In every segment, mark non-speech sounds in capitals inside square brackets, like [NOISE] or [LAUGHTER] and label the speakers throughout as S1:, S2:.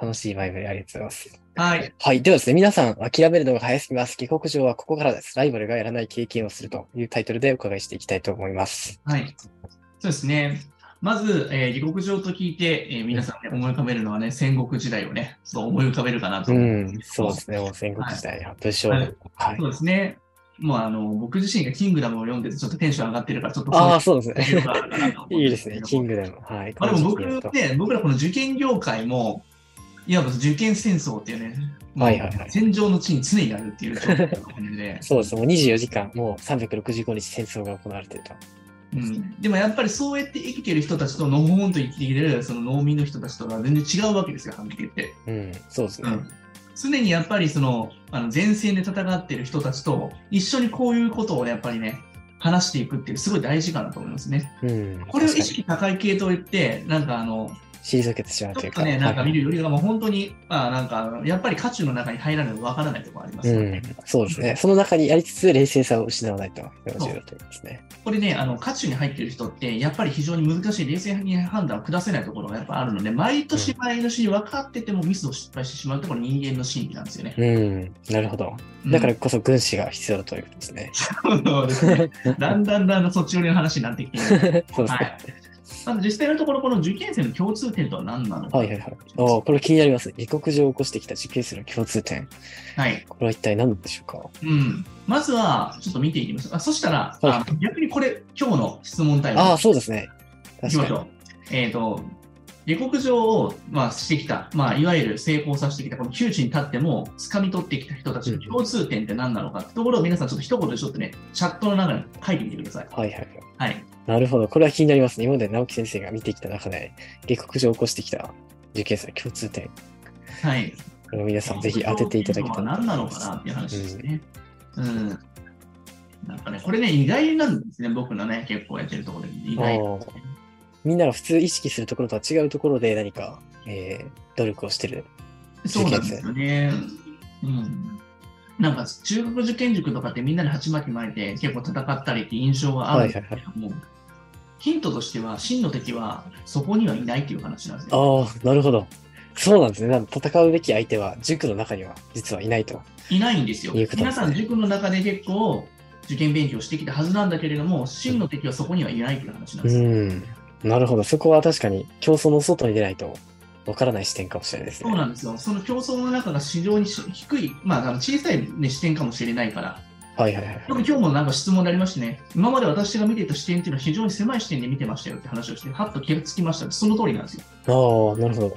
S1: 楽しい前振りありがとうございます。
S2: はい。
S1: はい。ではですね、皆さん、諦めるのが早すぎます。下克上はここからです。ライバルがやらない経験をするというタイトルでお伺いしていきたいと思います。
S2: はい。そうですね。まず、えー、下克上と聞いて、えー皆さん、ね、思い浮かべるのはね、戦国時代をね、そう思い浮かべるかなと
S1: う
S2: 思うん
S1: ん、そうですね。もう戦国時代、発ショ
S2: は
S1: ー
S2: い
S1: はい
S2: そ。うですね。もうあの僕自身がキングダムを読んでてちょっとテンション上がってるから、ちょっと
S1: ああ、
S2: そ
S1: そう
S2: う
S1: で
S2: い
S1: す
S2: う
S1: ね
S2: [LAUGHS] の。があるかなと思うん
S1: いいで
S2: け
S1: す
S2: ど
S1: ね。キングダム。はい。
S2: まあ、でも僕
S1: この時期だと
S2: ね、僕らこの受験業界も、いわば受験戦争っていうね、
S1: はいはいはい、
S2: 戦場の地に常にあるっていう状況な感じで
S1: [LAUGHS] そうです。もう24時間、もう365日戦争が行われていると。
S2: うん、でもやっぱりそうやって生きてる人たちとのほほんと生きているその農民の人たちとは全然違うわけですよ、はっきり言って。
S1: うん、そうですね。
S2: 常にやっぱりそのあの前線で戦ってる人たちと一緒にこういうことをやっぱりね、話していくっていうすごい大事かなと思いますね。
S1: うん。
S2: これを意
S1: 確かに
S2: 識高い系統って、なんかあの、
S1: 退けてしまうと
S2: ち
S1: い
S2: ょ
S1: う
S2: っ
S1: か。
S2: とね、なんか見る
S1: はい
S2: よりは、もう本当に、まあなんか、やっぱり渦中の中に入らないとわからないところあります
S1: う
S2: よ
S1: ん
S2: ね。、
S1: そうですね。その中にやりつつ冷静さを失わないというのが重要だと思いますね。
S2: これね、あの、渦中に入っている人って、やっぱり非常に難しい冷静に判断を下せないところがやっぱあるので、毎年毎年分かっててもミスを失敗してしまうところ人間の心理なんですよね。
S1: うん、なるほど。だから
S2: うん、
S1: こそ軍師が必要だということですね。
S2: [LAUGHS] そうです
S1: [LAUGHS]
S2: ねだんだんだんだんそっち寄りの話になってきている。
S1: そうです
S2: は
S1: ね
S2: い。。まず実際のところ、この受験生の共通点とは何なのか。
S1: はいはいはい。おーこれ気になります。異国情を起こしてきた受験生の共通点。
S2: はい。
S1: これは一体何でしょうか
S2: うん。まずは、ちょっと見ていきましょう。あそした
S1: は
S2: ら、あ逆にこれ、今日の質問タイム。
S1: ああ、そうですね。
S2: いきま
S1: 確
S2: しょ
S1: か
S2: う。えっ、と、下克上を、まあ、してきた、まあ、いわゆる成功させてきた、この窮地に立っても、掴み取ってきた人たちの共通点って何なのかってところを皆さん、ちょっと一言でちょっとね、チャットの中に書いてみてください。
S1: に。はいはいはい。
S2: はい。
S1: なるほど。これは気になりますね。今まで直樹先生が見てきた中で、下克上を起こしてきた受験生の共通点。
S2: はい。
S1: これを皆さんぜひ当てていただけた
S2: 下
S1: ら
S2: 克上っていうのは何なのかなっていう話ですね。うん。なんかね、これね、意外なんですね、僕のね、結構やってるところで。意外なんですね
S1: みんなが普通意識するところとは違うところで何か、えー努力をしてる。
S2: そうなんですよね。うん。なんか中学受験塾とかってみんなで鉢巻き巻いて結構戦ったりって印象があるんですけども、ヒントとしては真の敵はそこにはいないっていう話なんですね。
S1: ああ、なるほど。そうなんですね。なんか戦うべき相手は塾の中には実はいないと。
S2: いないんですよ。
S1: いうことですね
S2: 皆さん塾の中で結構受験勉強してきたはずなんだけれども、真の敵はそこにはいないという話なん
S1: う
S2: ですよ。
S1: ん。なるほど。そこは確かに競争の外に出ないとわからない視点かもしれないですね。
S2: そうなんですよ。その競争の中が非常に低い、まあ、あの小さい、ね、視点かもしれないから、
S1: はいはいはい。
S2: よく今日もなんか質問でありましてね、今まで私が見ていた視点っていうのは非常に狭い視点で見てましたよって話をして、はっと気がつきました。その通りなんですよ。
S1: ああ、なるほど。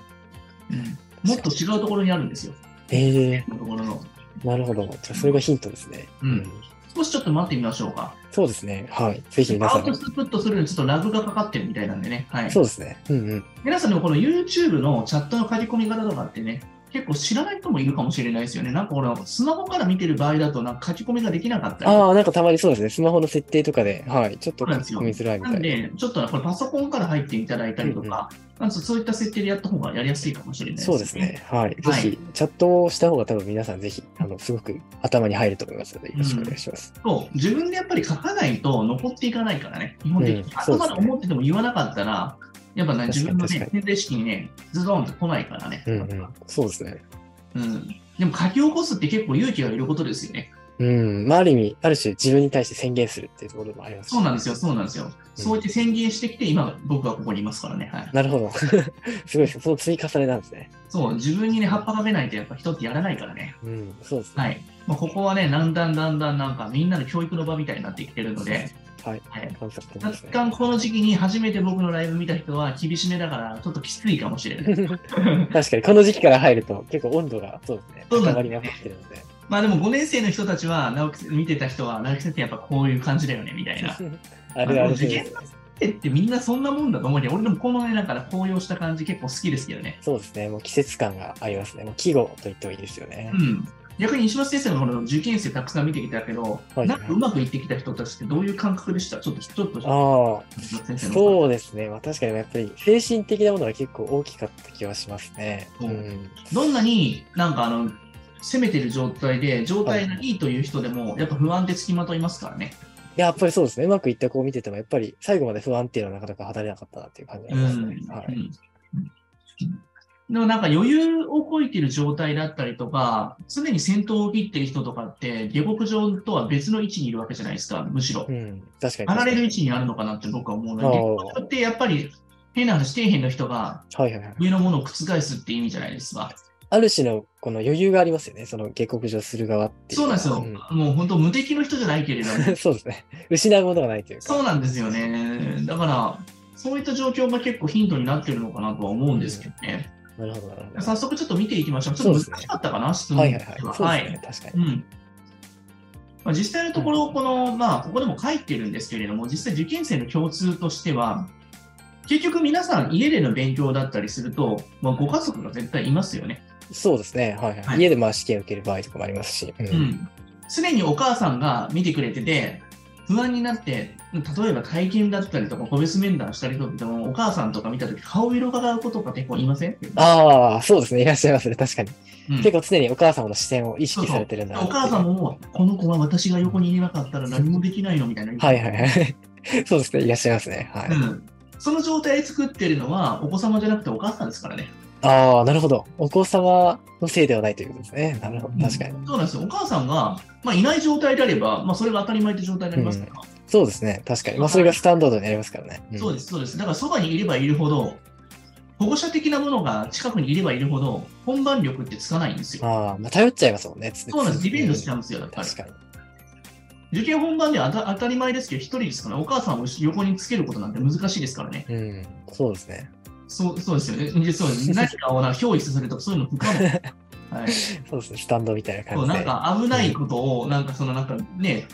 S2: もっと違うところにあるんですよ。
S1: ええ
S2: ところの。
S1: なるほど。じゃあそれがヒントですね。
S2: うん少しちょっと待ってみましょうか。
S1: そうですね。はい。ぜひ皆
S2: ア
S1: さ
S2: ウト
S1: ん。
S2: プットするのにちょっとラグがかかってるみたいなんでね。はい。
S1: そうですね。うんうん。
S2: 皆さんでもこの YouTube のチャットの書き込み方とかってね、結構知らない人もいるかもしれないですよね。なんかこのスマホから見てる場合だとなんか書き込みができなかったりとか
S1: ああ、なんかたまにそうですね。スマホの設定とかで、はい。ちょっと書き込みづらいみ
S2: な
S1: た
S2: ん
S1: い
S2: で、ちょっとねこれパソコンから入っていただいたりとか、なんかそういった設定でやった方がやりやすいかもしれない
S1: な。
S2: です、
S1: そうです。ね。はい。ぜ
S2: はい
S1: ひ、チャットをした方が多分皆さんぜひ、あの、すごく頭に入ると思いますので、よろしくお願いします。
S2: そう、自分でやっぱり書かないと残っていかないからね、基本的に。
S1: うんそうで
S2: 頭
S1: すね
S2: で思ってても言わなかったら、やっぱ
S1: 確かに
S2: ね、自分の
S1: 確
S2: ね、
S1: か
S2: 潜在意識にね、ズドンと来ないからね。
S1: うんうん。そうですね。
S2: うんでも書き起こすって結構勇気がいることですよね。
S1: うん。まあ、ある意味、ある種自分に対して宣言するっていうところでもあります。
S2: そうなんですよ、そうなんですよ。そうやって宣言してきて、今僕はここにいますからね。は
S1: [LAUGHS]
S2: い。
S1: なるほど。すごいです。その積み重ねなんですね。
S2: そう、自分にね、葉っぱが出ないとやっぱ人ってやらないからね。
S1: うん。そうですね。
S2: はい。まあ、ここはね、だんだんだんだんなんかみんなの教育の場みたいになってきてるので、
S1: はい。
S2: はい。
S1: 観察点で
S2: 若
S1: すね。
S2: 干この時期に初めて僕のライブ見た人は厳しめだから、ちょっときついかもしれない。
S1: [LAUGHS] 確かに、この時期から入ると、結構温度が、そうですね。
S2: そう
S1: 高
S2: なんですね
S1: まりが起きてるので。
S2: まあでも5年生の人たちは、直樹見てた人は、直樹先生やっぱこういう感じだよね、みたいな。
S1: あれあれ
S2: 受験の生ってみんなそんなもんだと思うけど、俺でもこのね、なんかね高揚した感じ結構好きですけどね。
S1: そうですね。もう季節感がありますね。もう季語と言ってもいいですよね
S2: う。ん。逆に石橋先生のこの受験生たくさん見てきたけど、
S1: はい
S2: なんかうまくいってきた人たちってどういう感覚でしたちょっと、ちょっと、
S1: ああ、
S2: 石橋先生の方
S1: そうですね。まあ確かにやっぱり精神的なものが結構大きかった気はしますね。
S2: うん
S1: ん。
S2: どんなになんかあの攻めてる状態で、状態がいいという人でも、やっぱ不安ってつきまといますからね。
S1: いややっぱりそうですね。うまくいった子を見てても、やっぱり最後まで不安っていうのはなかなか離れなかったなっていう感じがありますね。は
S2: う
S1: い。
S2: んでもなんか余裕をこいてる状態だったりとか、常に戦闘を切ってる人とかって、下克上とは別の位置にいるわけじゃないですか、むしろ。
S1: うん、確かに
S2: 離れる位置にあるのかなって僕は思うので、下克上ってやっぱり変な話、底辺の人が上のものを覆すって意味じゃないですか。
S1: ある種のこの余裕がありますよね、その下克上する側って
S2: そうなんですよ、うん、もう本当、無敵の人じゃないけれど
S1: [LAUGHS]
S2: も、
S1: そうですね、失うものがないというか、
S2: そうなんですよね、だから、そういった状況が結構ヒントになってるのかなとは思うんですけどね。うん
S1: なるほど、なるほど。
S2: 早速ちょっと見ていきましょう。ちょっと難しかったかな、ね、質問
S1: はいはいはい。はい、ね、確かに。うん
S2: まあ、実際のところ、この、うん、まあ、ここでも書いてるんですけれども、実際受験生の共通としては、結局皆さん家での勉強だったりすると、まあ、ご家族が絶対いますよね。
S1: そうですね。はい、はい、はい、家でまあ試験受ける場合とかもありますし。
S2: うん。うん、常にお母さんが見てくれてて、不安になって、例えば会見だったりとか、個別面談したりとか、お母さんとか見たとき、顔色がうことか結構いません
S1: ああ、そうですね、いらっしゃいますね、確かに、うん。結構常にお母様の視線を意識されてるんだ
S2: お母さんも、この子は私が横にいなかったら何もできないのみたいな。、
S1: はいはいはい。 [LAUGHS] そうですね、いらっしゃいますね。はい、うん
S2: その状態で作ってるのは、お子様じゃなくてお母さんですからね。
S1: ああ、なるほど。お子様のせいではないということですね。なるほど、確かに。
S2: うん、そうなんですよ。お母さんが、まあ、いない状態であれば、まあ、それが当たり前って状態になりますから。うん、
S1: そうですね、確かに。まあ、それがスタンダードになりますからね。
S2: うん、そうです、そうです。だから、そばにいればいるほど、保護者的なものが近くにいればいるほど、本番力ってつかないんですよ。
S1: ああ、まあ、頼っちゃいますもんね、
S2: そうなんです。リベンジしちゃうんですよ、だ
S1: から。確かに。
S2: 受験本番では当た当たり前ですけど、一人ですから、お母さんを横につけることなんて難しいですからね。
S1: うん、そうですね。
S2: そうそうですよね。そう [LAUGHS] です何かをな憑依させるとそういうの不可能。 [LAUGHS] はい、
S1: そうですね、スタンドみたいな感
S2: じで。なんか危ないことを、なんかそのなんかね、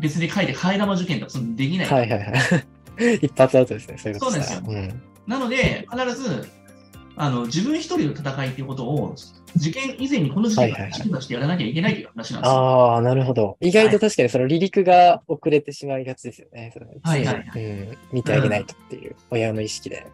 S2: 別に書いて替え玉受験とかそのできない。
S1: はいはいはい。 [LAUGHS] 一発アウトですね、そういうこと、
S2: そうですよ、うん。なので、必ずあの自分一人の戦いっていうことを、受験以前にこの時期から意識してやらなきゃいけないという話なんです、はいはい
S1: ああ、なるほど。意外と確かにその離陸が遅れてしまいがちですよね。
S2: はいはい、はい、
S1: うん。見てあげないとっていう、親の意識で。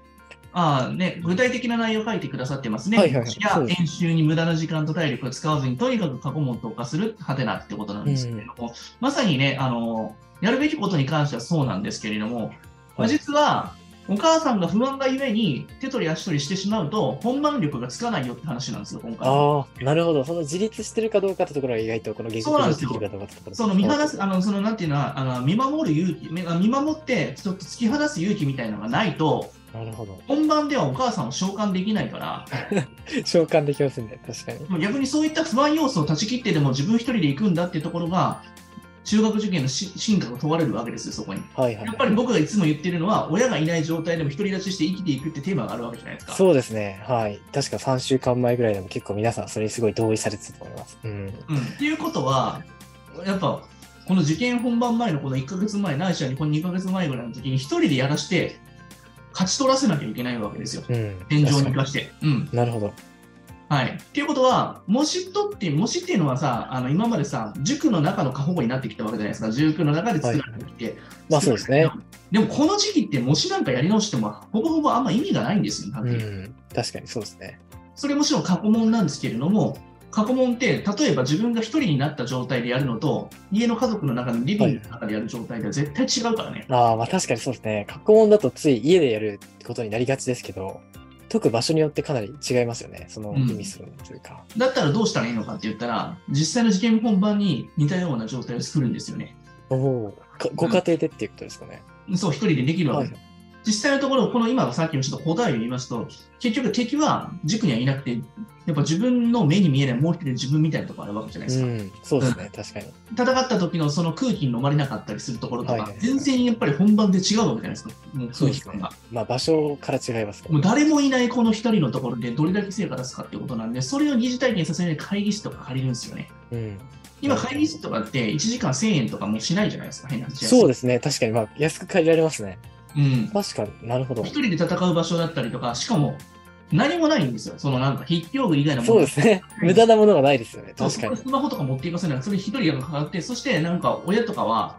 S2: ああね、具体的な内容を書いてくださってますね。はいはい、はい、演習に無駄な時間と体力を使わずに、とにかく過去問と化するはてなってことなんですけれども、うん、まさにねあの、やるべきことに関してはそうなんですけれども、はい、実はお母さんが不安がゆえに手取り足取りしてしまうと、本番力がつかないよって話なんですよ、今回。
S1: ああ、なるほど、その自立してるかどうかってところが意外とこの現
S2: 実できるかどうかってところその見放す、あのそのなんていうのは、あの見守る勇気、見守ってちょっと突き放す勇気みたいなのがないと、
S1: なるほど
S2: 本番ではお母さんを召喚できないから
S1: 召喚できますね確かに
S2: 逆にそういった不安要素を断ち切ってでも自分一人で行くんだっていうところが中学受験の進化が問われるわけですよそこに、
S1: はいはい、
S2: やっぱり僕がいつも言ってるのは親がいない状態でも独り立ちして生きていくってテーマがあるわけじゃないですか
S1: そうですねはい確か3週間前ぐらいでも結構皆さんそれにすごい同意されてたと思います、うん、うん、
S2: っていうことはやっぱこの受験本番前のこの1か月前ないしはこの2か月前ぐらいの時に一人でやらして勝ち取らせなきゃいけないわけですよ、うん、天井に生かして。
S1: うん、なるほど。
S2: はい。っていうことは、模試とって、模試っていうのはさ、あの今までさ、塾の中の過保護になってきたわけじゃないですか、塾の中で作られてきて、はい。
S1: まあそうですね。
S2: でもこの時期って模試なんかやり直しても、ほぼほぼあんま意味がないんですよ、
S1: うん、確かにそうですね。
S2: それもちろん過去問なんですけれども、過去問って、例えば自分が一人になった状態でやるのと、家の家族の中のリビングの中でやる状態では絶対違うからね。
S1: はい、あ、まあ、確かにそうですね。過去問だとつい家でやることになりがちですけど、解く場所によってかなり違いますよね、その意味するというか、
S2: うん、だったらどうしたらいいのかって言ったら、実際の受験本番に似たような状態を作るんですよね。
S1: おお、ご家庭でっていうことですかね。、
S2: うん、そう、一人でできるわけです。はい実際のところ、この今さっきのちょっと答えを言いますと、結局敵は塾にはいなくて、やっぱ自分の目に見えないもう一人自分みたいなところあるわけじゃないですか。うん
S1: そうですね、うん、確かに。
S2: 戦った時のその空気に飲まれなかったりするところとか、はいはいはい、全然やっぱり本番で違うわけじゃないですか、もう空気感が。ね、
S1: まあ場所から違います、
S2: ね、もう誰もいないこの一人のところでどれだけ成果出すかってことなんで、それを二次体験させる会議室とか借りるんですよね。
S1: うん
S2: 今、会議室とかって1時間1000円とかもしないじゃないですか、変な話。
S1: そうですね、確かに、まあ、安く借りられますね。
S2: うん、
S1: 確かになるほど。
S2: 一人で戦う場所だったりとか、しかも何もないんですよ、そのなんか筆記用具以外のもの
S1: そうですね、無駄なものがないですよね、確かに。
S2: スマホとか持っていかせないそれ一人がかかって、そしてなんか親とかは、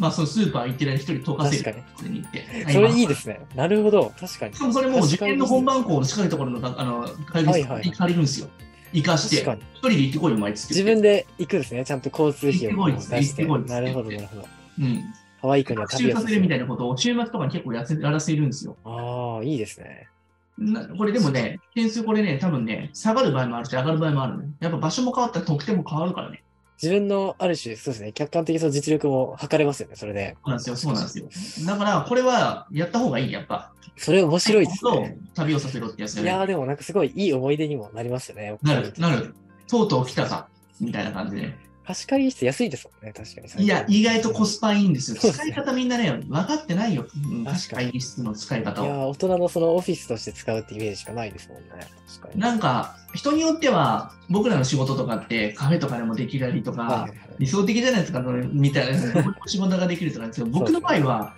S2: まあ、そのスーパー行ってる間一人溶かせる
S1: 確かにそれいいですね、なるほど、確かに。
S2: しかもそれも受験の本番校の近いところのあの会議室に借りるんですよ。はいはい生かして、一人で行ってこいよ、毎月。
S1: 自分で行くんですね、ちゃんと交通費を出して。
S2: 行って
S1: なるほど、なるほど。
S2: うん。
S1: 可愛い子には
S2: 旅をさせるみたいなことを週末とかに結構やらせるんですよ。
S1: ああ、いいですね。
S2: なこれでもね、点数これね、多分ね、下がる場合もあるし、上がる場合もあるね。やっぱ場所も変わったら得点も変わるからね。
S1: 自分のある種、そうですね、客観的その実力も測れますよね、それで。
S2: そうなんですよ、そうなんですよ。だから、これはやった方がいい、やっぱ。
S1: それ面白いです
S2: そう
S1: ね。、
S2: 旅をさせろってやつ
S1: い
S2: だ
S1: や
S2: よ
S1: ー
S2: ね。
S1: でもなんかすごいいい思い出にもなりますよね。
S2: なる、なる。とうとう来たか、みたいな感じで。
S1: 貸し借り室安いですもんね、確かに。
S2: いや、意外とコスパいいんですよ。
S1: そうです
S2: 使
S1: ね
S2: い方みんなね、分かってないよ。うん
S1: 確
S2: 確
S1: か
S2: か
S1: に
S2: に、室の使い方
S1: いや
S2: を。
S1: ー大人のそのオフィスとして使うってイメージしかないですもんね。確かに。
S2: なんか、人によっては、僕らの仕事とかって、カフェとかでもできたりとか、
S1: はいはいはい
S2: 理想的じゃないですか、それみたいな、どこにも仕事ができるとかな
S1: [LAUGHS]
S2: んですけど、僕の場合は、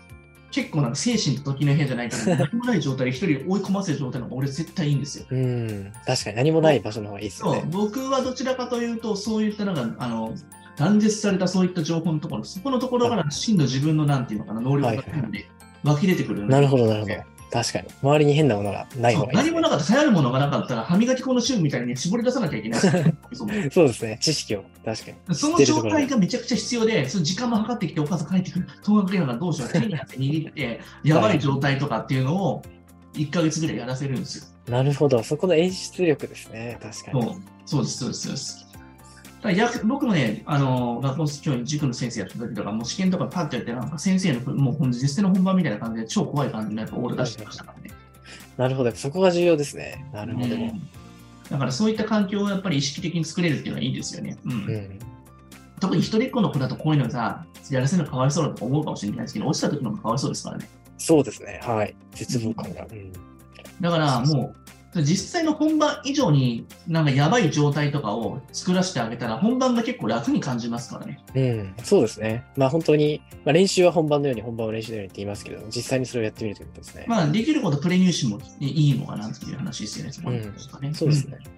S2: 結構なんか精神と時の部屋じゃない
S1: [LAUGHS]
S2: から、何もない状態で一人追い込ませる状態の方が俺絶対いいんですよ。
S1: うん、確かに何もない場所の方がいいですよ
S2: そう、
S1: ね。
S2: 僕はどちらかというと、そういったなんか、あの、断絶されたそういった情報のところ、そこのところから真の自分のなんていうのかな、能力が出るんで、湧き出てくるんで
S1: なるほど、なるほど。確かに。周りに変なものがない
S2: そ
S1: 方
S2: う
S1: がいいですね、
S2: 何もなかった、さやるものがなかったら、歯磨き粉のシューみたいに絞り出さなき
S1: [LAUGHS]
S2: ゃいけない。そも
S1: そうですね。知識を。確かに。
S2: その状態がめちゃくちゃ必要で、その時間も測ってきて、お母さん帰ってくる、東学だからどうしよう、手に汗握って、やばい状態とかっていうのを、1ヶ月ぐらいやらせるんですよ。
S1: なるほど。そこの演出力ですね。確か
S2: そ
S1: に。
S2: うそうです、そうです、そうです。だからや僕もね、あの学校の教員、塾の先生やった時とか、もう試験とかパッとやって、なんか先生の、もうほんと実践の本番みたいな感じで、超怖い感じのやっぱオール出してましたからね。
S1: なるほど。そこが重要ですね。なるほど。
S2: うんだからそういった環境をやっぱり意識的に作れるっていうのはいいですよね。うん
S1: うん。
S2: 特に一人っ子の子だとこういうのさ、やらせるのかわいそうだと思うかもしれないですけど、落ちた時の方がかわいそうですからね。
S1: そうですね。はい。絶望感が。うん。
S2: だからもう、実際の本番以上になんかやばい状態とかを作らせてあげたら、本番が結構楽に感じますからね。
S1: うん、そうですね。まあ本当に、まあ、練習は本番のように、本番は練習のようにって言いますけど、実際にそれをやってみるということですね。
S2: まあ、できることプレ入試もいいのかなっていう話ですよね、そこに関してはね
S1: そうですね。
S2: だか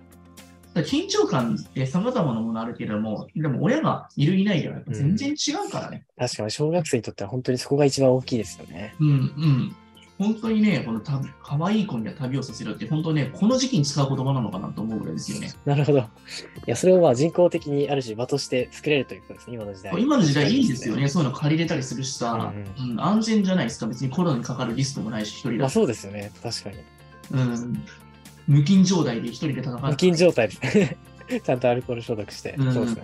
S2: ら緊張感って様々なものあるけれども、でも親がいるいないではやっぱ全然違うからね。
S1: 確かに小学生にとっては本当にそこが一番大きいですよね。
S2: うんうん。本当にね、このた可愛い子には旅をさせるって、本当ね、この時期に使う言葉なのかなと思うぐらいですよね。
S1: なるほど。いや、それをまあ人工的にある種場として作れるということですね、今の時代。
S2: 今の時代いいですよね、そういうの借りれたりするしさ、
S1: う
S2: うん安全じゃないですか、別にコロナにかかるリスクもないし、一人
S1: ま
S2: だ
S1: あ
S2: し、
S1: そうですよね、確かに。
S2: うん、無菌状態で一人で戦
S1: 無
S2: って、
S1: 菌状態です [LAUGHS] ね。ちゃんとアルコール消毒して。
S2: うん
S1: そうですね。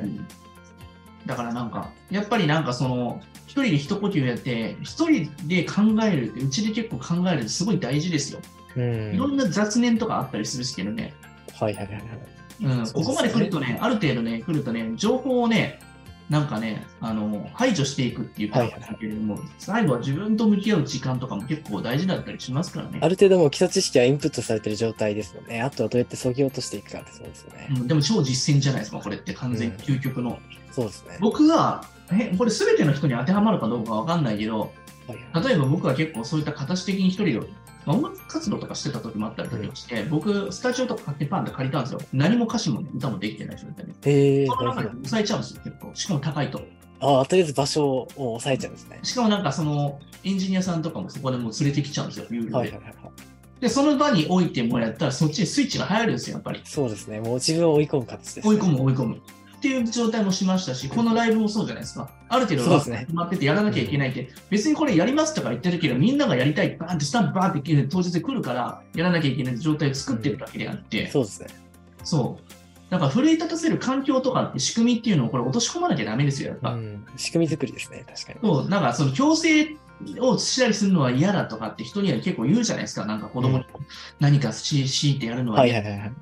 S2: だからなんか、やっぱりなんかその、一人で一呼吸やって、一人で考えるって、うちで結構考えるってすごい大事ですよ。
S1: う
S2: いろ
S1: ん。
S2: んな雑念とかあったりするしけどね、
S1: はいはいはいはい。
S2: うん、
S1: そうですね
S2: ここまで来るとね、ある程度ね、来るとね、情報をね、なんかね、あの排除していくっていうこと
S1: はいはい
S2: なんだけれども、最後は自分と向き合う時間とかも結構大事だったりしますからね
S1: あ。る程度もう基礎知識はインプットされてる状態ですもんね。あとはどうやって削ぎ落としていくかってそうですよね。
S2: うん、でも超実践じゃないですか、これって完全に
S1: うん
S2: 究極の。
S1: そうですね。
S2: 僕は、えこれ全ての人に当てはまるかどうかわかんないけど、
S1: はいはい
S2: 例えば僕は結構そういった形的に一人で、まあ音楽活動とかしてた時もあったりとかして、僕、スタジオとか買ってパンって借りたんですよ。何も歌詞も歌もできてない状態で。
S1: ええ
S2: その
S1: な
S2: 中
S1: る
S2: で
S1: ほ
S2: 抑えちゃうんですよ、結構。しかも高いと。
S1: ど。ああ、とりあえず場所を抑えちゃうんですね。
S2: しかもなんかそのエンジニアさんとかもそこでもう連れてきちゃうんですよ、有料で。
S1: はいはいはいはい。
S2: で、その場に置いてもやったら、そっちにスイッチが入るんですよ、やっぱり。
S1: そうですね。もう自分を追い込む形です、ね。
S2: 追い込む、追い込む。っていう状態もしましたし、このライブもそうじゃないですか。ある程度
S1: そうですね
S2: 決まっててやらなきゃいけないって、別にこれやりますとか言ってるけど、みんながやりたい、バーンってスタンプバーンって切る当日来るから、やらなきゃいけない状態を作ってるだけであって、
S1: そうですね。
S2: そう。だから奮い立たせる環境とかって仕組みっていうのをこれ落とし込まなきゃダメですよ、やっ
S1: う
S2: ぱ。
S1: ん。仕組み作りですね。確かに。
S2: そう、なんかその強制をしたりするのは嫌だとかって人には結構言うじゃないですか、なんか子供に何かし強いてやるのは
S1: はい
S2: 嫌、
S1: はいはいはい。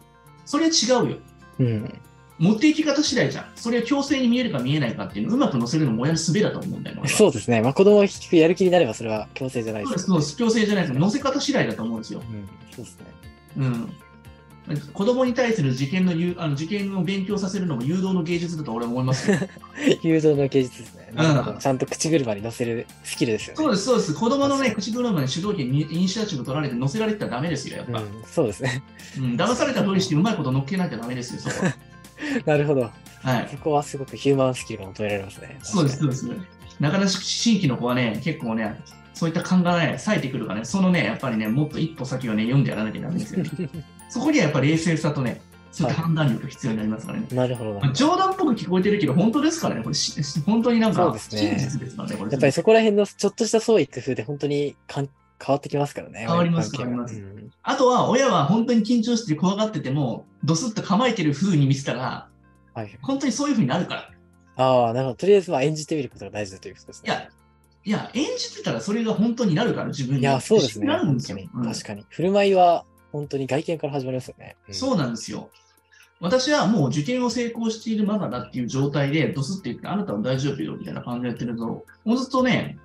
S2: それは違うよ。
S1: うん。
S2: 持っていき方次第じゃん。それは強制に見えるか見えないかっていうのをうまく乗せるのも親の術だと思うんだよね。俺は
S1: そうですね。まあ子供が結局やる気になればそれは強制じゃない
S2: そう
S1: で
S2: ですす、そうです。強制じゃないです。乗せ方次第だと思うんですよ。
S1: うん。そうですね。
S2: うん。子供に対する受験のゆあの受験を勉強させるのも誘導の芸術だと俺は思いますよ
S1: 誘導の芸術ですね。
S2: ん
S1: なるほどちゃんと口車に乗せるスキルですよね。
S2: [LAUGHS] そうです、そうです。子供のね、口車に主導権にイニシアチブ取られて乗せられてたらダメですよ、やっぱ。
S1: うん、そうですね。 [LAUGHS]
S2: うん、騙されたふりしてうまいこと乗っけなきゃダメですよ、そ [LAUGHS] こは。
S1: なるほど。
S2: はい。
S1: そこはすごくヒューマンスキルが求められますね。
S2: そうです、そうです。なかなか新規の子はね、結構ね、そういった勘がね、冴えてくるからね、そのね、やっぱりね、もっと一歩先をね、読んでやらなきゃダメで
S1: [LAUGHS]
S2: すよね。そこにはやっぱり冷静さとね、そういった判断力が必要になりますからね。
S1: なるほどな。
S2: まあ冗談っぽく聞こえてるけど、本当ですからね、これし、本当になん
S1: そう
S2: か
S1: で、すね
S2: 真実ですからね、これ。
S1: やっぱりそこら辺のちょっとした創意工夫で本当にかん変わってきますからね。
S2: 変わります
S1: 親子関係は
S2: 変わ
S1: うん
S2: あとは、親は本当に緊張して怖がってても、ドスッと構えてる風に見せたら、
S1: はいはい。
S2: 本当にそういう風になるから。
S1: ああ、なるほど。とりあえず、まあ、演じてみることが大事だということです
S2: い
S1: ね。
S2: や、いや、演じてたらそれが本当になるから、自分に。
S1: いや、そうですね。
S2: なるん
S1: 本
S2: です
S1: 当
S2: よ
S1: に。。
S2: うん
S1: 確かに。振る舞いは、本当に外見から始まりますよね。うん
S2: そうなんですよ。私はもう受験を成功しているママだっていう状態で、ドスって言って、あなたは大丈夫よみたいな感じでやってると、おずっとね、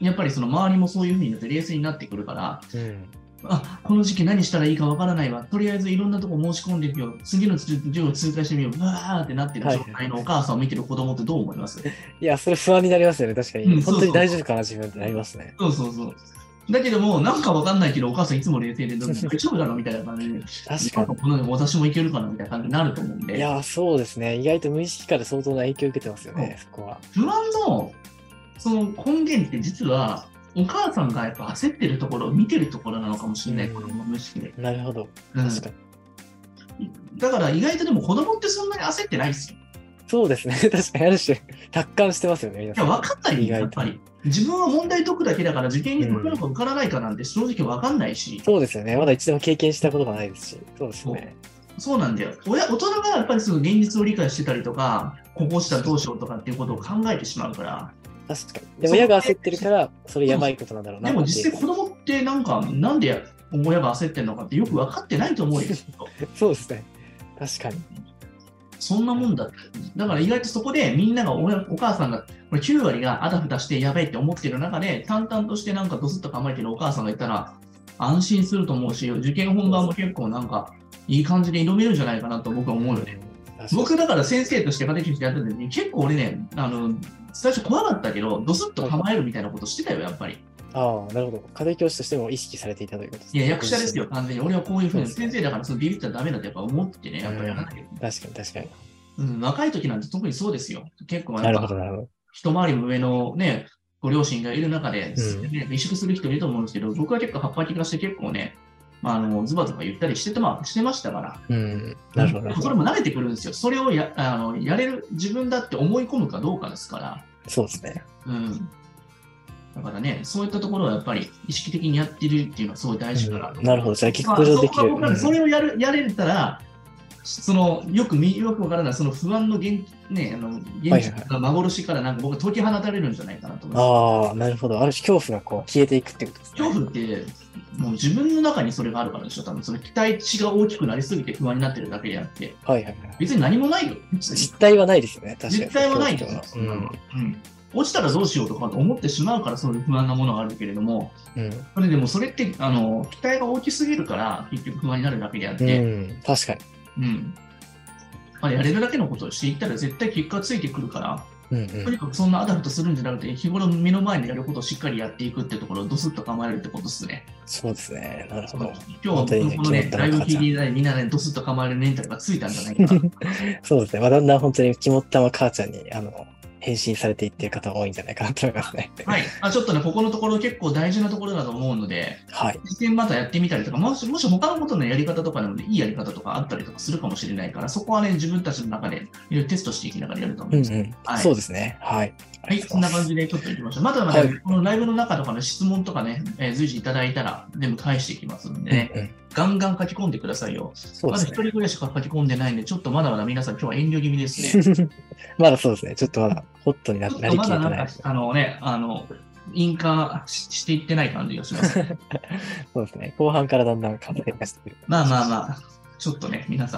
S2: やっぱりその周りもそういう風になって冷静になってくるから、
S1: うん。
S2: あこの時期何したらいいかわからないわ、とりあえずいろんなとこ申し込んでみよう、次の授業を通過してみよう、うわーってなってる状態のお母さんを見てる子供ってどう思います、
S1: いや、それ不安になりますよね。確か
S2: う
S1: に。
S2: んそ
S1: 本
S2: うそう
S1: 当に大丈夫かな、自分ってなりますね。
S2: そうそうそう。だけども、なんかわかんないけど、お母さんいつも
S1: [LAUGHS]
S2: 冷静で、大丈夫だろみたいな感じで、
S1: 確
S2: な
S1: か
S2: んかこの私もいけるかなみたいな感じになると思うん
S1: に。
S2: で。
S1: いや、そうですね。意外と無意識から相当な影響を受けてますよね、そこは。
S2: 不安のその根源って実はお母さんがやっぱ焦ってるところを見てるところなのかもしれない、
S1: うん
S2: 子供無意識で、
S1: なるほど。
S2: うん
S1: 確かに。
S2: だから意外とでも子供ってそんなに焦ってないですよ
S1: そうですね。 [LAUGHS] 確かに、ある種、達観してますよね、皆
S2: い
S1: さ
S2: や
S1: ん。
S2: 分かんない
S1: 意
S2: よ
S1: 外と
S2: やっぱり自分は問題解くだけだから受験に受かるか受からないかなんて正直分かんないし、
S1: そうですよね。まだ一度も経験したことがないですし。そうですね。
S2: そうなんだよ親大人がやっぱりその現実を理解してたりとかここしたらどうしようとかっていうことを考えてしまうから
S1: 確かに。でも親が焦ってるから、それやばいことなんだろうな
S2: で
S1: って。
S2: も実際子供ってなんかなんで親が焦ってるのかってよく分かってないと思うよきっと
S1: そうですね。確かに。
S2: そんなもんだって。だから意外とそこでみんながおや、お母さんが、これ9割があたふたしてやべえって思ってる中で、淡々としてなんかドスッと構えてるお母さんがいたら、安心すると思うし、受験本番も結構なんか、いい感じで挑めるんじゃないかなと僕は思うよね。
S1: 確かに
S2: 僕だから先生として家庭教師でやってた時に、結構俺ね、あの、最初怖かったけど、ドスッと構えるみたいなことしてたよ、やっぱり。
S1: ああ、なるほど。家庭教師としても意識されていたということです
S2: い
S1: ね
S2: や、役者ですよ、。完全に。俺はこういうふうに、
S1: そうですね
S2: 先生だからそのビビったらダメだってやっぱ思ってね、やっぱりやらなきゃいけない。
S1: 確かに、確かに。
S2: うん、若い時なんて特にそうですよ。結構やっ
S1: な
S2: ぱ
S1: るほど、なるほど。
S2: 一回りも上のね、ご両親がいる中で、
S1: う
S2: ね萎縮する人いると思うんですけど、僕は結構葉っぱ気がして結構ね、まあ、あのズバズバ言ったりしてて,、まあ、してましたから、
S1: うん。なるほど、なるほ
S2: それ
S1: ど。
S2: も慣れてくるんですよ。それをやあのやれる自分だって思い込むかどうかですから、
S1: そうですね。
S2: うん。だからね、そういったところはやっぱり意識的にやってるっていうのはすごい大事かなと。
S1: うんなるほど。じゃあ、結
S2: まあ
S1: 構上できる。
S2: そこが僕ら
S1: うん
S2: それをやるやれたら、そのよく見よくわからない、その不安の現,、ね、あの
S1: はい
S2: 現実が幻からなんか僕は解き放たれるんじゃないかなと思います。
S1: ああ、なるほど。ある種恐怖がこう消えていくってことですね。
S2: 恐怖って、もう自分の中にそれがあるからでしょ、多分その期待値が大きくなりすぎて不安になってるだけであって、
S1: はいはいはい。
S2: 別に何もないよ、別に
S1: 実態はないですよね。確かに。
S2: 実態はないよ、
S1: う
S2: そん
S1: ん
S2: なのうん落ちたらどうしようとかと思ってしまうから、そういう不安なものがあるけれども、
S1: うん。
S2: それでもそれってあの期待が大きすぎるから、結局不安になるだけであっ
S1: う
S2: て、
S1: ん。確かに。
S2: うんまあ、やれるだけのことをしていったら、絶対結果ついてくるから、
S1: うん
S2: とにかくそんなアダルトするんじゃなくて、日頃目の前にやることをしっかりやっていくってところをドスッと構えるってことですね。
S1: そうですね。なるほ
S2: 今
S1: ど。 [LAUGHS]
S2: 日は僕のね、ライブ聞いていただいて、みんなね、ドスッと構えるメンタルがついたんじゃない
S1: [LAUGHS]
S2: かな。
S1: そうですね。まあ、だんだん本当に肝っ玉母ちゃんに、あの、変身されていってる方が多いんじゃないかなと思いますね。
S2: はい。まあ、ちょっとね、ここのところ結構大事なところだと思うので、
S1: はい。
S2: 実践またやってみたりとか、もし、もし他のことのやり方とかでもね、いいやり方とかあったりとかするかもしれないから、そこはね、自分たちの中でいろいろテストしていきながらやると思
S1: う
S2: い
S1: んう
S2: ます。
S1: ん。
S2: はい
S1: そうですね。はい。あ
S2: は
S1: り
S2: い、
S1: がと
S2: そ
S1: うんござ
S2: ない
S1: ます
S2: 感じでちょっといきましょう。またまた、
S1: はい
S2: このライブの中とかの質問とかね、えー随時いただいたら全部返していきますんでね、
S1: うんうん
S2: ガンガン書き込んでくださいよ。
S1: そう
S2: ま
S1: で
S2: だ
S1: す
S2: 一
S1: ね。
S2: 人ぐらいしか書き込んでないんで、ちょっとまだまだ皆さん今日は遠慮気味ですね。
S1: まだそうですね。ちょっとまだホット [LAUGHS] にな
S2: ちょっ
S1: な
S2: と
S1: り
S2: ま
S1: きれ
S2: だ
S1: て
S2: な
S1: なんい
S2: か。、あのね、あの、印鑑ししていってない感じが
S1: [LAUGHS]
S2: します。
S1: そうですね。後半からだんだん考え出してくる。
S2: まあまあまあ、ちょっとね、皆さん